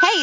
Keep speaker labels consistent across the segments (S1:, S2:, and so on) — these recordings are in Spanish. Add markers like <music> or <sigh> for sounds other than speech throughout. S1: Hey,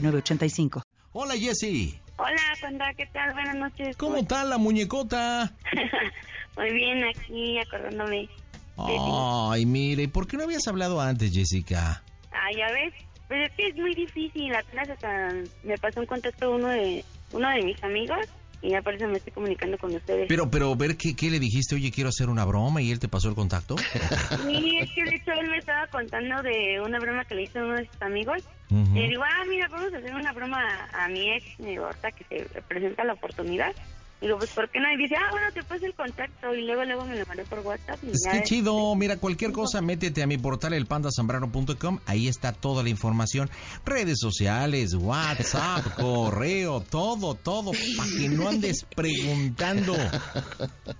S2: 985.
S3: Hola Jessy,
S4: Hola, Conda, ¿qué tal? Buenas noches.
S3: ¿cómo está la muñecota?
S4: <laughs> Muy bien, aquí acordándome.
S3: Ay, mire, ¿por qué no habías hablado antes, Jessica?
S4: Ah, ya ves. Pues es que es muy difícil. Apenas hasta me pasó un contacto uno de uno de mis amigos y ya por eso me estoy comunicando con ustedes.
S3: Pero, pero, ver qué, qué le dijiste, oye, quiero hacer una broma y él te pasó el contacto.
S4: Sí, es que de hecho él me estaba contando de una broma que le hizo uno de sus amigos.
S3: Ujú.
S4: Y le digo, ah, mira, vamos a hacer una broma a mi ex. Y digo, ahorita que se presenta la oportunidad. Y digo, pues, ¿por qué no? Y dice, ah, bueno, te paso el contacto. Y luego, luego me lo mandó por WhatsApp. Y
S3: Es
S4: ya
S3: que chido, mira, cualquier cosa, métete a mi portal elpandasambrano.com, ahí está toda la información, redes sociales, WhatsApp, correo, todo, todo, para que no andes preguntando.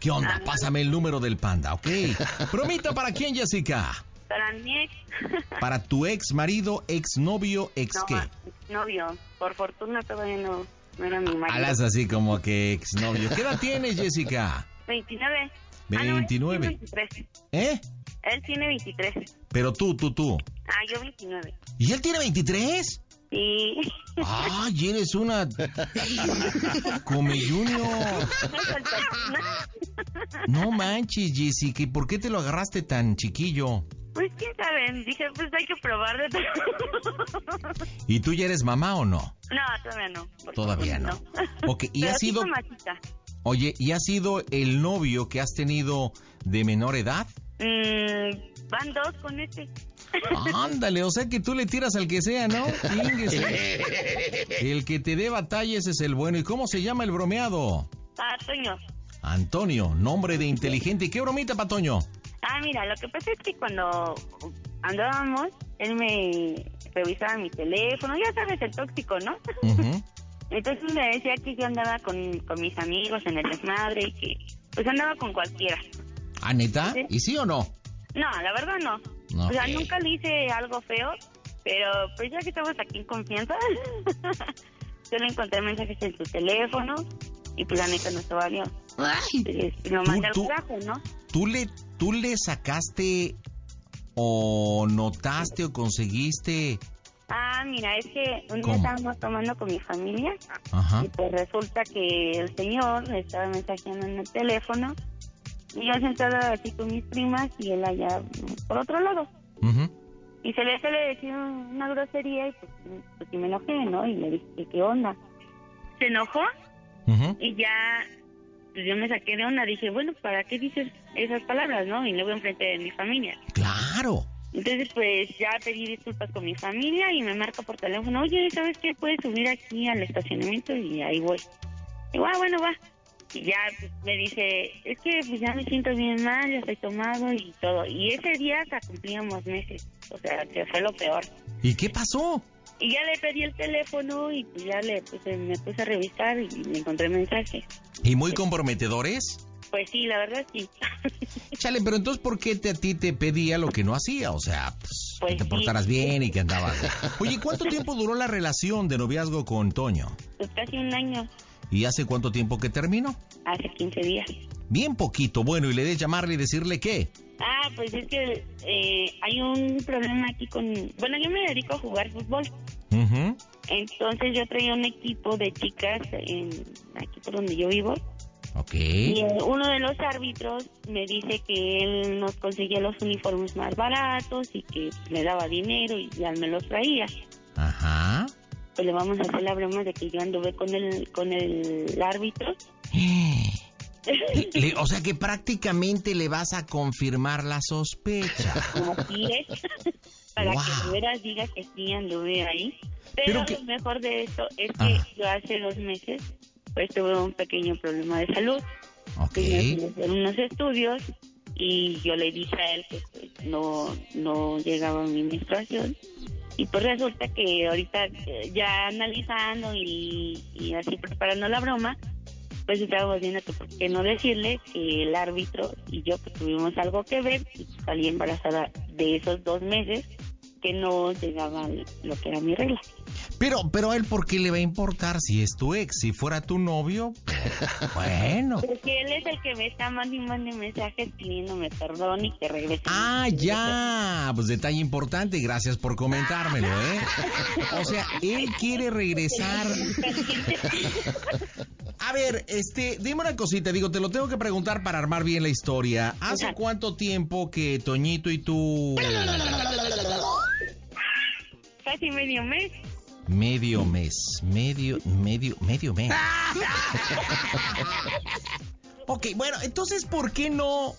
S3: ¿Qué onda? Pásame el número del panda, ¿ok? Bromita para quién, Jessica?
S4: Para mi ex. <laughs>
S3: Para tu ex marido, ex novio, ex
S4: No,
S3: qué?
S4: novio. Por fortuna todavía no, no era mi marido.
S3: Alas así como que exnovio. ¿Qué edad tienes, Jessica?
S4: 29. Ah, no, él tiene
S3: 29.
S4: 23.
S3: ¿Eh?
S4: Él tiene 23.
S3: Pero tú, tú, tú.
S4: Ah, yo 29.
S3: ¿Y él tiene 23?
S4: Sí.
S3: ¡Ay, eres una... Come Junior!
S4: <laughs> No falta nada.
S3: No manches, Jessica. ¿Y por qué te lo agarraste tan chiquillo?
S4: Pues quién sabe. Dije, pues hay que probar de todo. <laughs>
S3: ¿Y tú ya eres mamá o no?
S4: No, todavía no. Por
S3: Todavía no.
S4: supuesto,
S3: <laughs> Ok, y
S4: Pero
S3: ha
S4: sí
S3: sido...
S4: mamacita.
S3: Oye, ¿y ha sido el novio que has tenido de menor edad?
S4: Mm, van dos con este. <laughs>
S3: Ándale, o sea que tú le tiras al que sea, ¿no? Ínguese. El que te dé batalla ese es el bueno. ¿Y cómo se llama el bromeado?
S4: Ah, Toño.
S3: Antonio, nombre de inteligente. ¿Y qué bromita, Patoño?
S4: Ah, mira, lo que pasa es que cuando andábamos, él me revisaba mi teléfono. Ya sabes, el tóxico, ¿no? <laughs>
S3: Ujú.
S4: Entonces me decía que yo andaba con, con mis amigos en el desmadre y que pues andaba con cualquiera.
S3: ¿Ah, neta? ¿Y sí o no?
S4: No, la verdad no.
S3: No,
S4: O sea,
S3: ok.
S4: nunca le hice algo feo, pero pues ya que estamos aquí en confianza, <laughs> yo le encontré mensajes en su teléfono y pues la neta no se valió. Entonces, lo
S3: Tú-
S4: mandé al
S3: tú-
S4: carajo, ¿no?
S3: ¿Tú le, ¿Tú le sacaste o notaste o conseguiste?
S4: Ah, mira, es que un
S3: ¿Cómo?
S4: día estábamos tomando con mi familia
S3: Ajá.
S4: Y pues resulta que el señor me estaba mensajeando en el teléfono y yo sentada así con mis primas y él allá mm, por otro lado.
S3: Ujú.
S4: Y se le sale decir un- una grosería y pues, mm, pues sí me enojé, ¿no? Y le dije, que ¿qué onda? Se enojó
S3: Ujú.
S4: y ya pues yo me saqué de onda. Dije, bueno, ¿para qué dices esas palabras, no? Y luego enfrente de mi familia.
S3: Claro.
S4: Entonces, pues ya pedí disculpas con mi familia y me marca por teléfono, oye, ¿sabes qué? Puedes subir aquí al estacionamiento y ahí voy. Digo, ah, bueno, va. Y ya pues, me dice, es que pues ya me siento bien mal, ya estoy tomado y todo. Y ese día hasta cumplíamos meses, o sea, que fue lo peor.
S3: ¿Y qué pasó?
S4: Y ya le pedí el teléfono y pues ya le puse, me puse a revisar y le encontré mensajes.
S3: ¿Y muy comprometedores?
S4: Pues sí, la verdad sí. <laughs>
S3: Chale, pero entonces, ¿por qué te, a ti te pedía lo que no hacía? O sea, pues,
S4: Pues
S3: que te
S4: sí.
S3: portaras bien y que andabas. Oye, ¿cuánto tiempo duró la relación de noviazgo con Toño?
S4: pues casi un año,
S3: ¿Y hace cuánto tiempo que terminó?
S4: hace 15 días.
S3: Bien poquito. Bueno, y le de llamarle y decirle qué.
S4: Ah, pues es que eh, hay un problema aquí con... Bueno, yo me dedico a jugar fútbol.
S3: Ujú.
S4: Entonces yo traía un equipo de chicas en, aquí por donde yo vivo.
S3: Ok.
S4: Y eh, uno de los árbitros me dice que él nos conseguía los uniformes más baratos y que me daba dinero y ya me los traía.
S3: Ajá. <gasps>
S4: pues le vamos a hacer la broma de que yo anduve con el, con el árbitro.
S3: Le- le- o sea que prácticamente le vas a confirmar la sospecha.
S4: Así es. <laughs> Para
S3: Wow.
S4: que de veras diga que sí anduve ahí.
S3: Pero
S4: Pero,
S3: que-
S4: lo mejor de esto es que
S3: Ajá.
S4: yo hace dos meses pues tuve un pequeño problema de salud.
S3: Ok.
S4: Tenía que hacer unos estudios y yo le dije a él que pues, no, no llegaba mi menstruación. Y pues resulta que ahorita eh, ya analizando y, y así preparando la broma, pues estábamos viendo que por qué no decirle que el árbitro y yo que tuvimos algo que ver y salí embarazada de esos dos meses que no llegaba lo que era mi regla.
S3: Pero, pero a él, ¿por qué le va a importar si es tu ex? Si fuera tu novio, pues, bueno.
S4: Porque él es el que me está mandando y mande mensajes pidiéndome perdón y que regrese.
S3: Ah, ya. Pues detalle importante, gracias por comentármelo, ¿eh? O sea, él quiere regresar. A ver, este, dime una cosita, digo, te lo tengo que preguntar para armar bien la historia. ¿Hace
S4: Ajá.
S3: cuánto tiempo que Toñito y tú
S4: Casi medio mes.
S3: medio mes, medio, medio, medio mes? Ok, bueno, entonces, ¿por qué no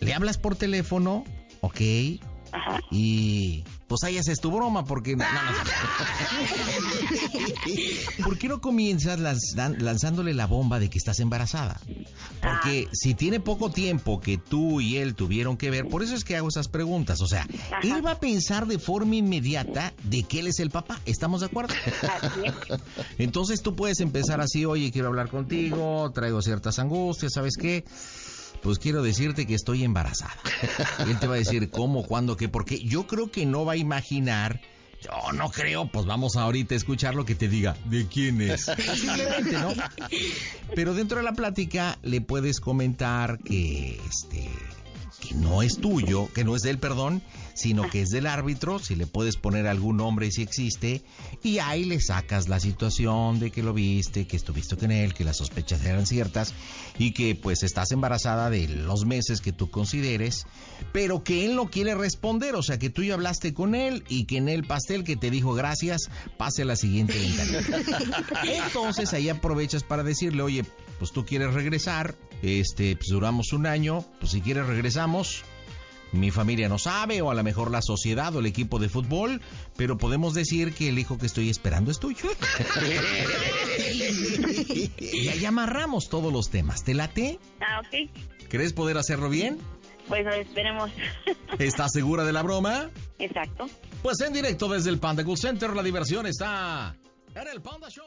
S3: le hablas por teléfono? Ok,
S4: Ajá.
S3: y pues ahí haces tu broma porque no, no, no. ¿Por qué no comienzas lanzan- lanzándole la bomba de que estás embarazada? Porque si tiene poco tiempo que tú y él tuvieron que ver, por eso es que hago esas preguntas, o sea,
S4: Ajá.
S3: él va a pensar de forma inmediata de que él es el papá, ¿estamos de acuerdo?
S4: Así es.
S3: Entonces tú puedes empezar así, oye, quiero hablar contigo, traigo ciertas angustias, ¿sabes qué? Pues quiero decirte que estoy embarazada. Y él te va a decir cómo, cuándo, qué, porque yo creo que no va a imaginar. Yo no creo, pues vamos ahorita a escuchar lo que te diga. ¿De quién es? Posiblemente, ¿no? Pero dentro de la plática le puedes comentar que este que no es tuyo, que no es del perdón, sino que es del árbitro, si le puedes poner algún nombre si existe, y ahí le sacas la situación de que lo viste, que estuviste con él, que las sospechas eran ciertas y que pues estás embarazada de los meses que tú consideres, pero que él no quiere responder, o sea que tú ya hablaste con él y que en el pastel que te dijo gracias, pase a la siguiente ventana. Entonces ahí aprovechas para decirle, oye, pues tú quieres regresar, este, pues duramos un año, pues si quieres regresamos. Mi familia no sabe, o a lo mejor la sociedad o el equipo de fútbol, pero podemos decir que el hijo que estoy esperando es tuyo. y ahí amarramos todos los temas. ¿Te late?
S4: Ah, ok.
S3: ¿Crees poder hacerlo bien?
S4: Pues esperemos. <laughs>
S3: ¿Estás segura de la broma?
S4: Exacto.
S3: Pues en directo desde el Panda Cool Center, la diversión está en el Panda Show.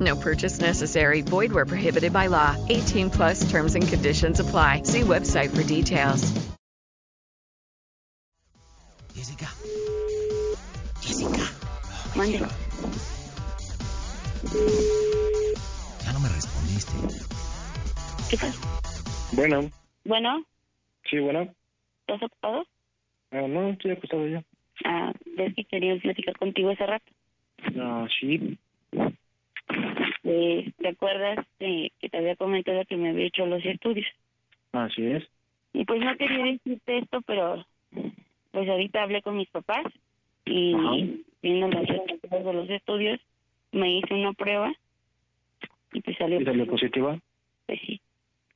S5: No purchase necessary. Void where prohibited by law. 18 plus terms and conditions apply. See website for details.
S3: Jessica. Jessica.
S4: Mande.
S3: Ya no me respondiste.
S4: ¿Qué pasó?
S6: Bueno,
S4: Bueno,
S6: sí, bueno.
S4: ¿estás ocupado?
S6: Ah, no, estoy acostado ya.
S4: Ah, ves que quería platicar contigo hace rato.
S6: Ah, sí.
S4: Eh, ¿Te acuerdas de que te había comentado que me había hecho los estudios?
S6: Así es.
S4: Y pues no quería decirte esto, pero pues ahorita hablé con mis papás y
S6: Ajá.
S4: viendo los resultados de los estudios me hice una prueba y pues salió
S6: ¿Y salió positiva?
S4: Pues sí,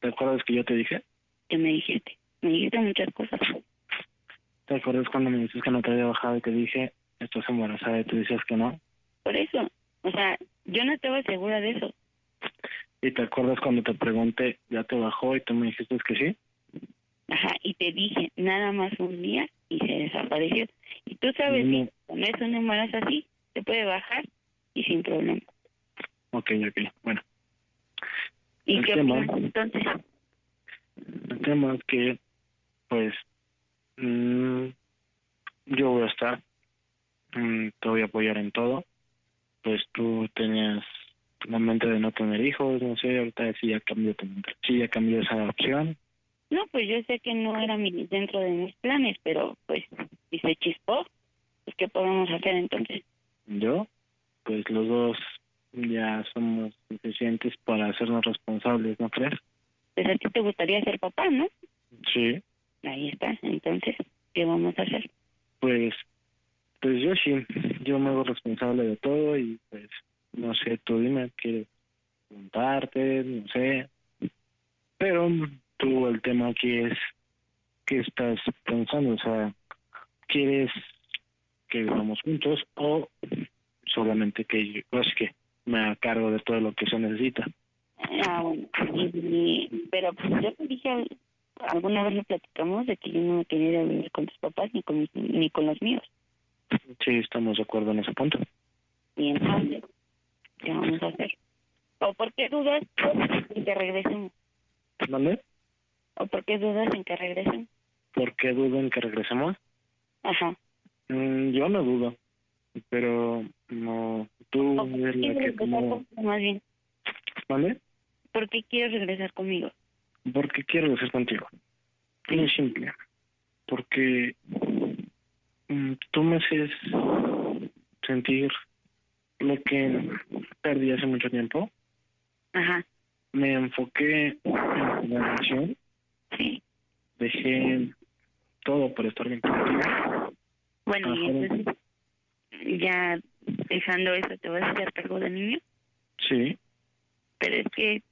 S6: ¿Te acuerdas que yo te dije?
S4: que me dijiste. Me dijiste muchas cosas.
S6: ¿Te acuerdas cuando me dices que no te había bajado y te dije, estás embarazada y tú dices que no?
S4: Por eso, o sea, yo no estaba segura de eso.
S6: ¿Y te acuerdas cuando te pregunté, ya te bajó y tú me dijiste que sí?
S4: Ajá, y te dije, nada más un día y se desapareció. Y tú sabes,
S6: No.
S4: si pones un número así, se puede bajar y sin problema.
S6: Ok, ok, bueno.
S4: ¿Y
S6: El
S4: qué
S6: tema-
S4: opinas entonces?
S6: El tema es que, pues, mm, yo voy a estar, mm, te voy a apoyar en todo. Pues tú tenías la mente de no tener hijos, no sé, ahorita sí ya cambió, tu mente. sí ya cambió esa opción.
S4: No, pues yo sé que no era mi, dentro de mis planes, pero pues si se chispó, pues ¿qué podemos hacer entonces?
S6: Yo, pues los dos ya somos suficientes para hacernos responsables, ¿no crees?
S4: Pues a ti te gustaría ser papá, ¿no?
S6: Sí.
S4: Ahí está, entonces, ¿qué vamos a hacer?
S6: Pues, pues yo sí, yo me hago responsable de todo y pues, no sé, tú dime, quieres juntarte, no sé. Pero mm, tú el tema aquí es, ¿qué estás pensando? O sea, ¿quieres que vivamos juntos o solamente que yo, pues que me haga cargo de todo lo que se necesita?
S4: Ah, bueno, y- y- pero pues yo te dije, al- alguna vez lo platicamos de que yo no quería ir a vivir con tus papás ni con, mis- ni con los míos.
S6: Sí, estamos de acuerdo en ese punto.
S4: Y entonces, ¿qué vamos a hacer? ¿O por qué dudas en que regresemos?
S6: ¿Vale?
S4: ¿O por qué dudas en que regresemos?
S6: ¿Por qué dudo en que regresemos?
S4: Ajá.
S6: Mm, yo no dudo, pero no, tú
S4: ¿Quieres
S6: eres la que
S4: regresar
S6: como,
S4: conmigo más bien?
S6: ¿vale?
S4: ¿Por qué quieres regresar conmigo?
S6: Porque quiero hacer contigo. Muy simple. Porque mm, tú me haces sentir lo que perdí hace mucho tiempo.
S4: Ajá.
S6: Me enfoqué en la relación. Dejé todo por estar bien contigo.
S4: Bueno, y
S6: Ajá.
S4: entonces, ya dejando eso, ¿te vas a hacer cargo del niño?
S6: Sí.
S4: Pero es que,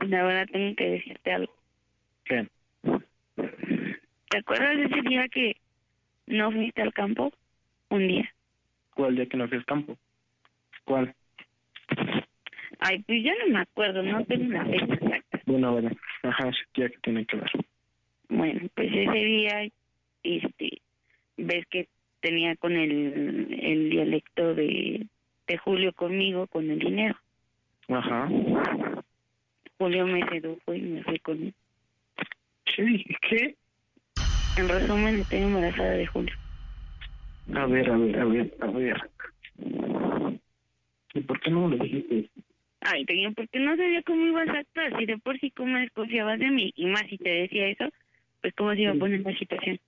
S4: la verdad, tengo que decirte algo.
S6: ¿Qué?
S4: ¿Te acuerdas de ese día que no fuiste al campo? Un día.
S6: ¿Cuál día que no fui al campo? ¿Cuál?
S4: Ay, pues yo no me acuerdo, no tengo la fecha exacta.
S6: Bueno, bueno. Ajá, ese día que tiene que ver.
S4: Bueno, pues ese día, este, ves que tenía con el, el dialecto de, de Julio conmigo, con el dinero.
S6: Ajá.
S4: Julio me sedujo y me fui con él.
S6: Sí, ¿qué?
S4: En resumen, estoy embarazada de Julio.
S6: A ver, a ver, a ver, a ver. ¿Y por qué no me lo dijiste?
S4: Ay, te digo, porque no sabía cómo ibas a actuar. Si de por sí, ¿cómo desconfiabas de mí? Y más si te decía eso, pues cómo se iba a poner la situación.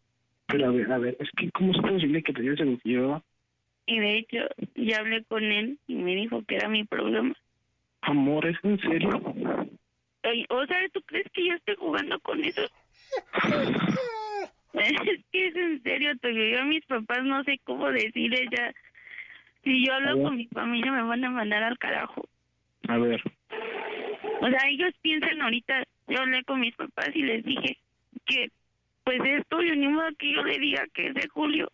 S6: Pero a ver, a ver, es que ¿cómo es posible que te hayas seducido?
S4: Y de hecho, ya hablé con él y me dijo que era mi problema.
S6: Amor, ¿es en serio?
S4: Oye, O sea, ¿tú crees que yo estoy jugando con eso? <laughs> Es que es en serio, Toño. Yo a mis papás no sé cómo decirles ya. Si yo hablo con mi familia, me van a mandar al carajo.
S6: A ver,
S4: O sea, ellos piensan ahorita. Yo hablé con mis papás y les dije que, pues es tuyo, ni modo que yo le diga que es de Julio.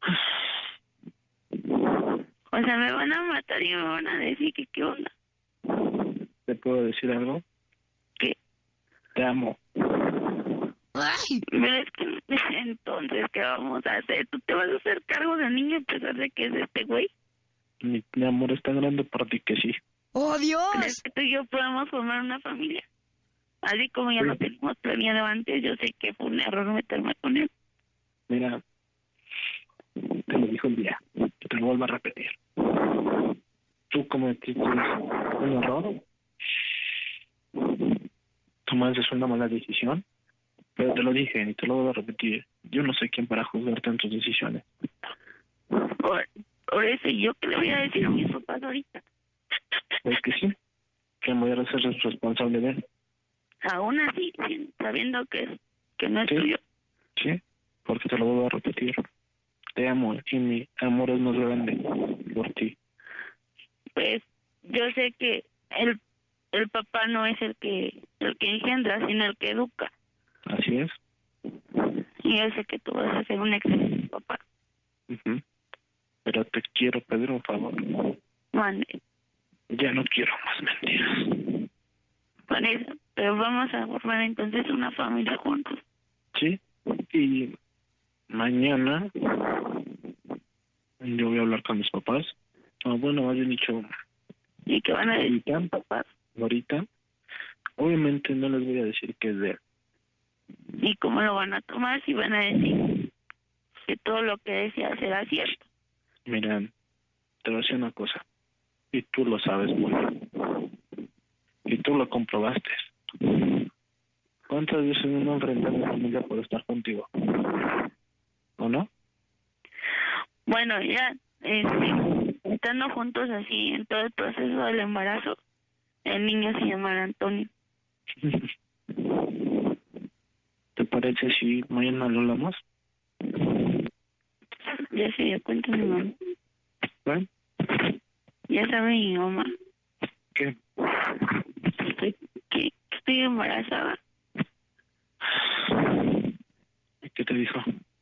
S4: <sighs> O sea, me van a matar y me van a decir que qué onda.
S6: ¿te puedo decir algo?
S4: ¿Qué?
S6: Te amo.
S4: Pero es que, <laughs> entonces, ¿qué vamos a hacer? ¿Tú te vas a hacer cargo del niño a pesar de que es este güey?
S6: Mi, mi amor está grande para ti que sí.
S4: ¡Oh, Dios! ¿Crees que tú y yo podamos formar una familia? Así como ya lo teníamos planeado antes, yo sé que fue un error meterme con él.
S6: Mira, te lo dijo un día, te lo vuelvo a repetir. Tú cometiste un error, tomaste una mala decisión, pero te lo dije y te lo vuelvo a repetir. Yo no sé quién para juzgarte en tus decisiones.
S4: Por, por eso, ¿y yo qué le voy a decir a mis papás ahorita?
S6: Es que sí, que me voy a ser responsable de él.
S4: Aún así, sin- sabiendo que, es- que no es tuyo.
S6: Sí, porque te lo vuelvo a repetir. Te amo y mi amor es más grande por ti.
S4: Pues yo sé que el, el papá no es el que, el que engendra, sino el que educa.
S6: Así es.
S4: Y yo sé que tú vas a ser un excelente papá.
S6: Ujú. Pero te quiero pedir un favor.
S4: Mande.
S6: Ya no quiero más mentiras.
S4: Por eso, pero vamos a formar entonces una familia juntos.
S7: Sí, y mañana yo voy a hablar con mis papás. Ah, bueno, más bien dicho.
S4: ¿Y qué van a decir
S7: ahorita,
S4: papás?
S7: Ahorita, obviamente no les voy a decir que es de él.
S4: ¿Y cómo lo van a tomar si van a decir que todo lo que decía será cierto?
S7: Mira, te voy a decir una cosa. Y tú lo sabes muy bien. Y tú lo comprobaste. ¿Cuántas veces me han enfrentado a mi familia por estar contigo? ¿O no?
S4: Bueno, ya, este, estando juntos así en todo el proceso del embarazo, el niño se llamará Antonio.
S7: <laughs> ¿Te parece si mañana lo hablamos?
S4: Ya se dio cuenta mi mamá.
S7: ¿Vale?
S4: Ya sabe mi mamá
S7: ¿Qué?
S4: que, que estoy embarazada.
S7: ¿Y ¿Qué te dijo?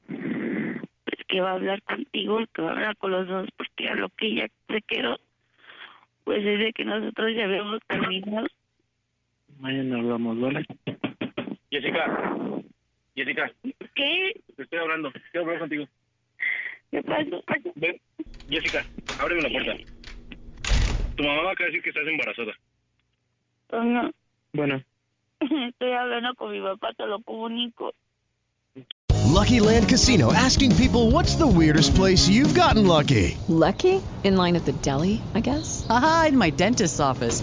S4: Pues que va a hablar contigo y que va a hablar con los dos, porque a lo que ella se quedó, pues es de que nosotros ya habíamos terminado.
S7: Mañana hablamos, ¿vale?
S6: Jessica, Jessica,
S4: ¿Qué?
S6: te estoy hablando. Quiero hablar contigo.
S4: ¿Qué pasó? Pues,
S6: Ven, Jessica, ábreme la puerta. Tu mamá va a decir que estás embarazada.
S4: Pues no, <laughs>
S7: Bueno,
S4: estoy hablando con mi papá, te lo comunico.
S3: Lucky Land Casino asking people what's the weirdest place you've gotten lucky?
S8: Lucky? In line at the deli, I guess?
S9: Aha, in my dentist's office.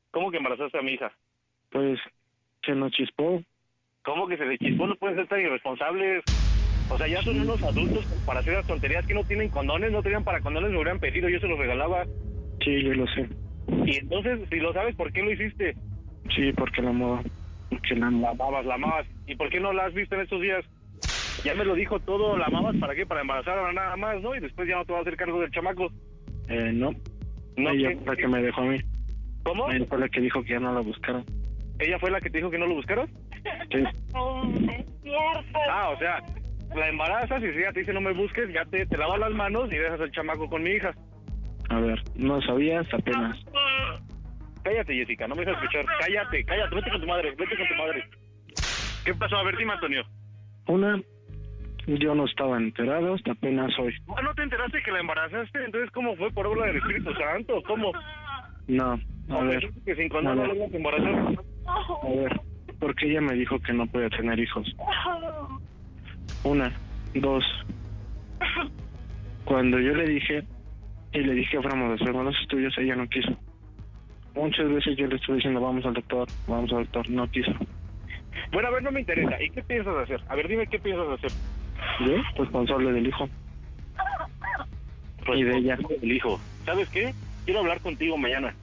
S6: ¿cómo que embarazaste a mi hija?
S7: Pues se nos chispó.
S6: ¿Cómo que se le chispó? No pueden ser tan irresponsables. O sea, ya son unos adultos para hacer las tonterías que no tienen condones, no tenían para condones, me hubieran pedido, yo se los regalaba.
S7: Sí, yo lo sé.
S6: Y entonces, si lo sabes, ¿por qué lo hiciste?
S7: Sí, porque la amaba. Porque la
S6: La
S7: amaba.
S6: amabas, la amabas. ¿Y por qué no la has visto en estos días? Ya me lo dijo todo, la amabas, ¿para qué? Para embarazar a nada más, ¿no? Y después ya no te vas a hacer cargo del chamaco.
S7: Eh, no.
S6: No,
S7: Ella
S6: ¿qué?
S7: fue la que me dejó a mí.
S6: ¿Cómo?
S7: Ella fue la que dijo que ya no la buscaron.
S6: ¿Ella fue la que te dijo que no lo buscaron?
S4: <laughs>
S7: Sí,
S6: Ah, o sea, la embarazas y si ella te dice no me busques, ya te, te lavas las manos y dejas al chamaco con mi hija.
S7: a ver, no sabías apenas.
S6: Cállate, Jessica, no me dejes escuchar. Cállate, cállate, vete con tu madre, vete con tu madre. ¿Qué pasó? A ver, dime, Antonio.
S7: Una, yo no estaba enterado hasta apenas hoy.
S6: Ah, ¿No te enteraste que la embarazaste? Entonces, ¿cómo fue por obra del Espíritu Santo? ¿Cómo?
S7: No, a
S6: ¿O me
S7: ver,
S6: dijiste que sin condón
S7: a
S6: no
S7: ver.
S6: lo embarazaste?
S7: a ver, porque ella me dijo que no podía tener hijos. Una, dos. Cuando yo le dije, y le dije que fuéramos los hermanos estudios, ella no quiso. Muchas veces yo le estuve diciendo, vamos al doctor, vamos al doctor, no quiso.
S6: Bueno, a ver, no me interesa. ¿Y qué piensas hacer? A ver, dime, ¿qué piensas hacer?
S7: Yo, responsable del hijo.
S6: Pues,
S7: Y de ella.
S6: El hijo. ¿Sabes qué? Quiero hablar contigo mañana.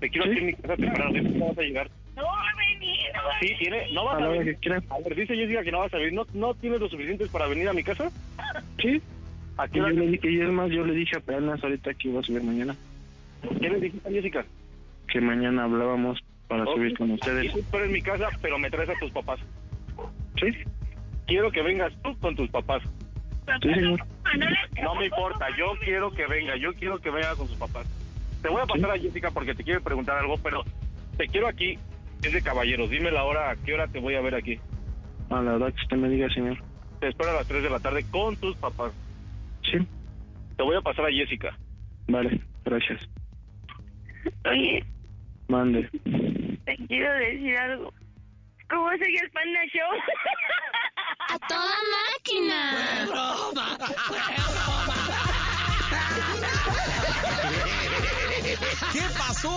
S6: Te quiero
S7: ¿Sí?
S6: aquí en mi casa temprano. ¿De qué vas a llegar?
S4: No va a venir, no va a
S6: Sí,
S4: venir.
S6: tiene... No vas
S7: A
S6: a
S7: la hora
S6: venir.
S7: que quiera.
S6: A ver, dice Jessica que no vas a venir. ¿No, no tienes lo suficientes para venir a mi casa?
S7: Sí.
S6: <laughs> ¿A
S7: Y,
S6: qué
S7: yo
S6: hora?
S7: le, di- y es más, yo le dije apenas ahorita que iba a subir mañana,
S6: ¿Qué le dijiste a Jessica?
S7: que mañana hablábamos para subir con ustedes.
S6: Sí, pero en mi casa, pero me traes a tus papás.
S7: Sí,
S6: Quiero que vengas tú con tus papás.
S7: sí, señor.
S6: No me importa, yo quiero que venga, yo quiero que venga con sus papás. Te voy a pasar a Jessica porque te quiere preguntar algo, pero te quiero aquí, es de caballeros. Dime la hora, a qué hora te voy a ver aquí.
S7: A la hora que usted me diga, señor.
S6: Te espero a las 3 de la tarde con tus papás.
S7: Sí,
S6: Te voy a pasar a Jessica.
S7: vale, gracias.
S4: Oye,
S7: Mande.
S4: te quiero decir algo. ¿Cómo soy el panda show?
S10: ¡A toda máquina!
S3: ¿Qué pasó,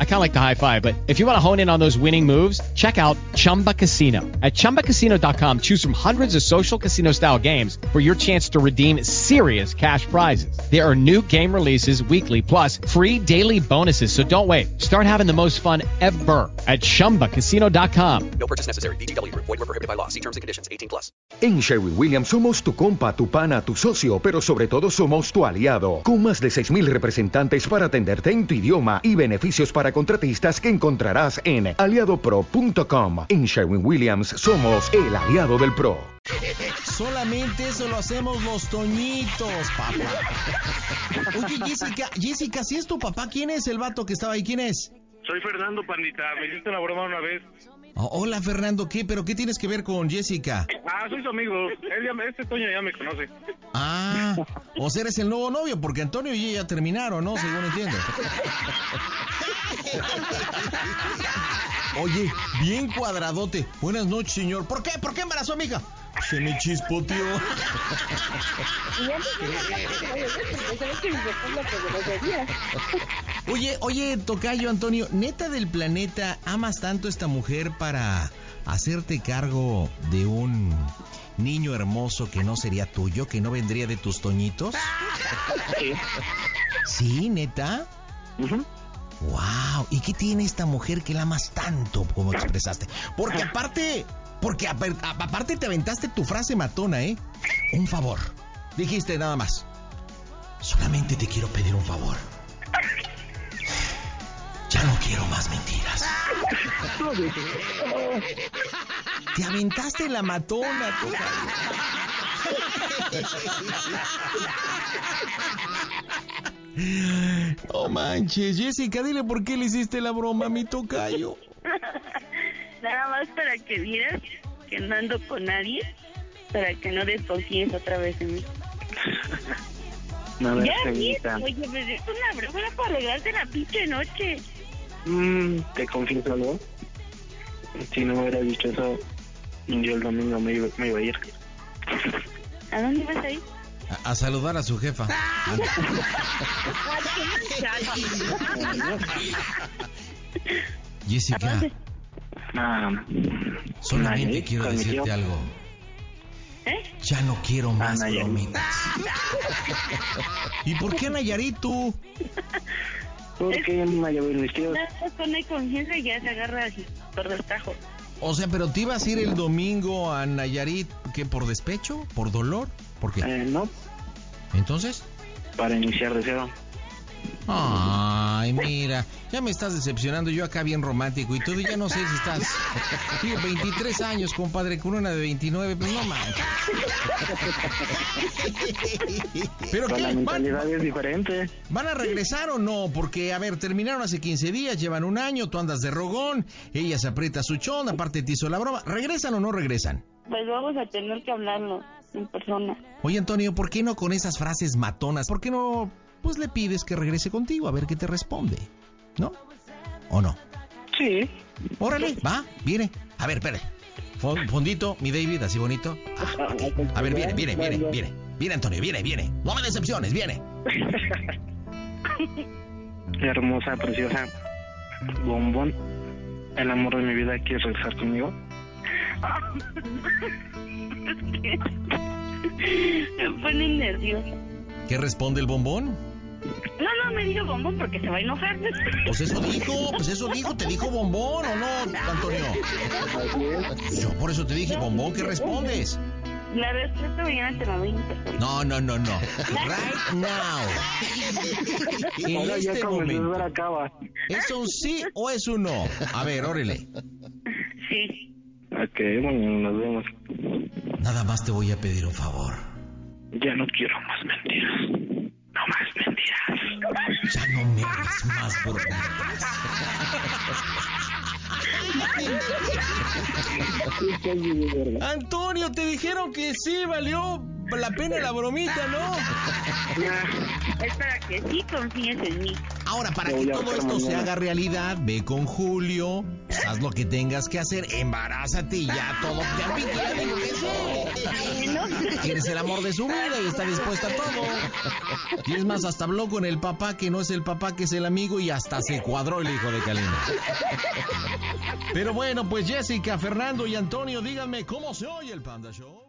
S11: I kind of like the high five, but if you want to hone in on those winning moves, check out Chumba Casino. At chumbacasino.com, choose from hundreds of social casino style games for your chance to redeem serious cash prizes. There are new game releases weekly, plus free daily bonuses. So don't wait. Start having the most fun ever at chumbacasino.com.
S12: No purchase necessary. BGW. Void were prohibited by law. See terms and conditions. 18 plus.
S13: En Sherwin Williams somos tu compa, tu pana, tu socio, pero sobre todo somos tu aliado, con más de 6.000 representantes para atenderte en tu idioma y beneficios para contratistas que encontrarás en aliadopro.com. En Sherwin Williams somos el aliado del PRO.
S3: Solamente eso lo hacemos los toñitos, papá. Oye, Jessica, Jessica, si es tu papá, ¿quién es el vato que estaba ahí? ¿Quién es?
S14: Soy Fernando Pandita, me hiciste una broma una vez.
S3: Oh, hola, Fernando, ¿qué? ¿Pero qué tienes que ver con Jessica?
S14: Ah, soy su amigo. Él ya me- este Toño ya me conoce.
S3: Ah, o sea, eres el nuevo novio, porque Antonio y ella terminaron, ¿no? Según entiendo. Oye, bien cuadradote. Buenas noches, señor. ¿Por qué? ¿Por qué embarazó a mi hija? Se me chispoteó. Oye, oye, Tocayo, Antonio, neta del planeta, ¿amas tanto a esta mujer para hacerte cargo de un niño hermoso que no sería tuyo, que no vendría de tus toñitos? Sí, neta. Wow, ¿y qué tiene esta mujer que la amas tanto como expresaste? Porque aparte, porque aper- a- aparte te aventaste tu frase matona, ¿eh? Un favor. Dijiste nada más. Solamente te quiero pedir un favor. Ya no quiero más mentiras. Te aventaste la matona, No manches, Jessica, dile por qué le hiciste la broma a mi tocayo.
S4: <laughs> Nada más para que vieras que no ando con nadie, para que no desconfíes otra vez en mí.
S6: A ver,
S4: ya, sí,
S6: Toñita.
S4: oye, pues es una broma era para arreglarte la pinche noche.
S6: Mm, te confieso algo. Si no me hubiera dicho eso, yo el domingo me iba, me iba a ir.
S4: ¿A dónde vas a
S6: <laughs>
S4: ir?
S3: A, a saludar a su jefa. Jessica. Solamente
S6: Nayarit,
S3: quiero
S6: Ah, con mi
S3: decirte
S6: tío.
S3: algo.
S4: ¿Eh?
S3: Ya no quiero más
S6: Nayarit.
S3: bromitas. ¿Y por qué Nayarit tú?
S6: Porque me llevo mis tíos.
S4: Nada más con la confianza y ya se agarra así por destajo.
S3: O sea, pero te ibas a ir el domingo a Nayarit, ¿qué? ¿Por despecho? ¿Por dolor? ¿Por qué?
S6: Eh, no.
S3: ¿Entonces?
S6: Para iniciar de cero.
S3: Ay, mira, ya me estás decepcionando, yo acá bien romántico y todo, ya no sé si
S6: <laughs>
S3: estás... Tío, 23 años, compadre, con una de 29, pues no
S6: <laughs>
S3: manches. Pero
S6: Pero
S3: qué,
S6: la
S3: van-
S6: mentalidad es diferente.
S3: ¿Van a regresar o no? Porque, a ver, terminaron hace 15 días, llevan un año, tú andas de rogón, ella se aprieta su chón, aparte te hizo la broma. ¿Regresan o no regresan?
S4: Pues vamos a tener que hablarlo en persona.
S3: Oye, Antonio, ¿por qué no con esas frases matonas? ¿Por qué no, pues le pides que regrese contigo a ver qué te responde? ¿No? ¿O no?
S6: Sí.
S3: Órale, va, viene. A ver, espérate. Fon- Fondito, mi David, así bonito. Ah, ok. A ver, viene, viene, viene, viene. Viene, Antonio, viene, viene. No me decepciones, viene.
S6: Hermosa, preciosa. Bombón. El amor de mi vida quiere regresar conmigo.
S4: Me pone nerviosa.
S3: ¿Qué responde el bombón?
S4: No, no me diga bombón porque se va a enojar.
S3: Pues eso dijo, pues eso dijo, te dijo bombón o no, Antonio. Yo por eso te dije, bombón, ¿qué respondes?
S4: La respuesta mañana te la doy en persona.
S3: No, no, no, no. Right
S6: <laughs>
S3: now. En
S6: Ahora ya
S3: este
S6: como el
S3: momento.
S6: lugar acaba.
S3: ¿Es un sí o es un no? A ver, órale.
S4: Sí.
S6: Ok, bueno, nos vemos.
S3: Nada más te voy a pedir un favor.
S6: Ya no quiero más mentiras. No más mentiras.
S3: Ya no me hagas más bromitas. Antonio, te dijeron que sí valió la pena la bromita, ¿no?
S4: Es para que sí confíes en mí.
S3: Ahora, para que todo esto se haga realidad, ve con Julio, haz lo que tengas que hacer, embarázate y ya todo te han dicho, ya digo que sí. Tienes el amor de su vida y está dispuesta a todo. Y es más, hasta habló con el papá que no es el papá que es el amigo y hasta se cuadró el hijo de Kalina. Pero bueno, pues Jessica, Fernando y Antonio, díganme cómo se oye el Panda Show.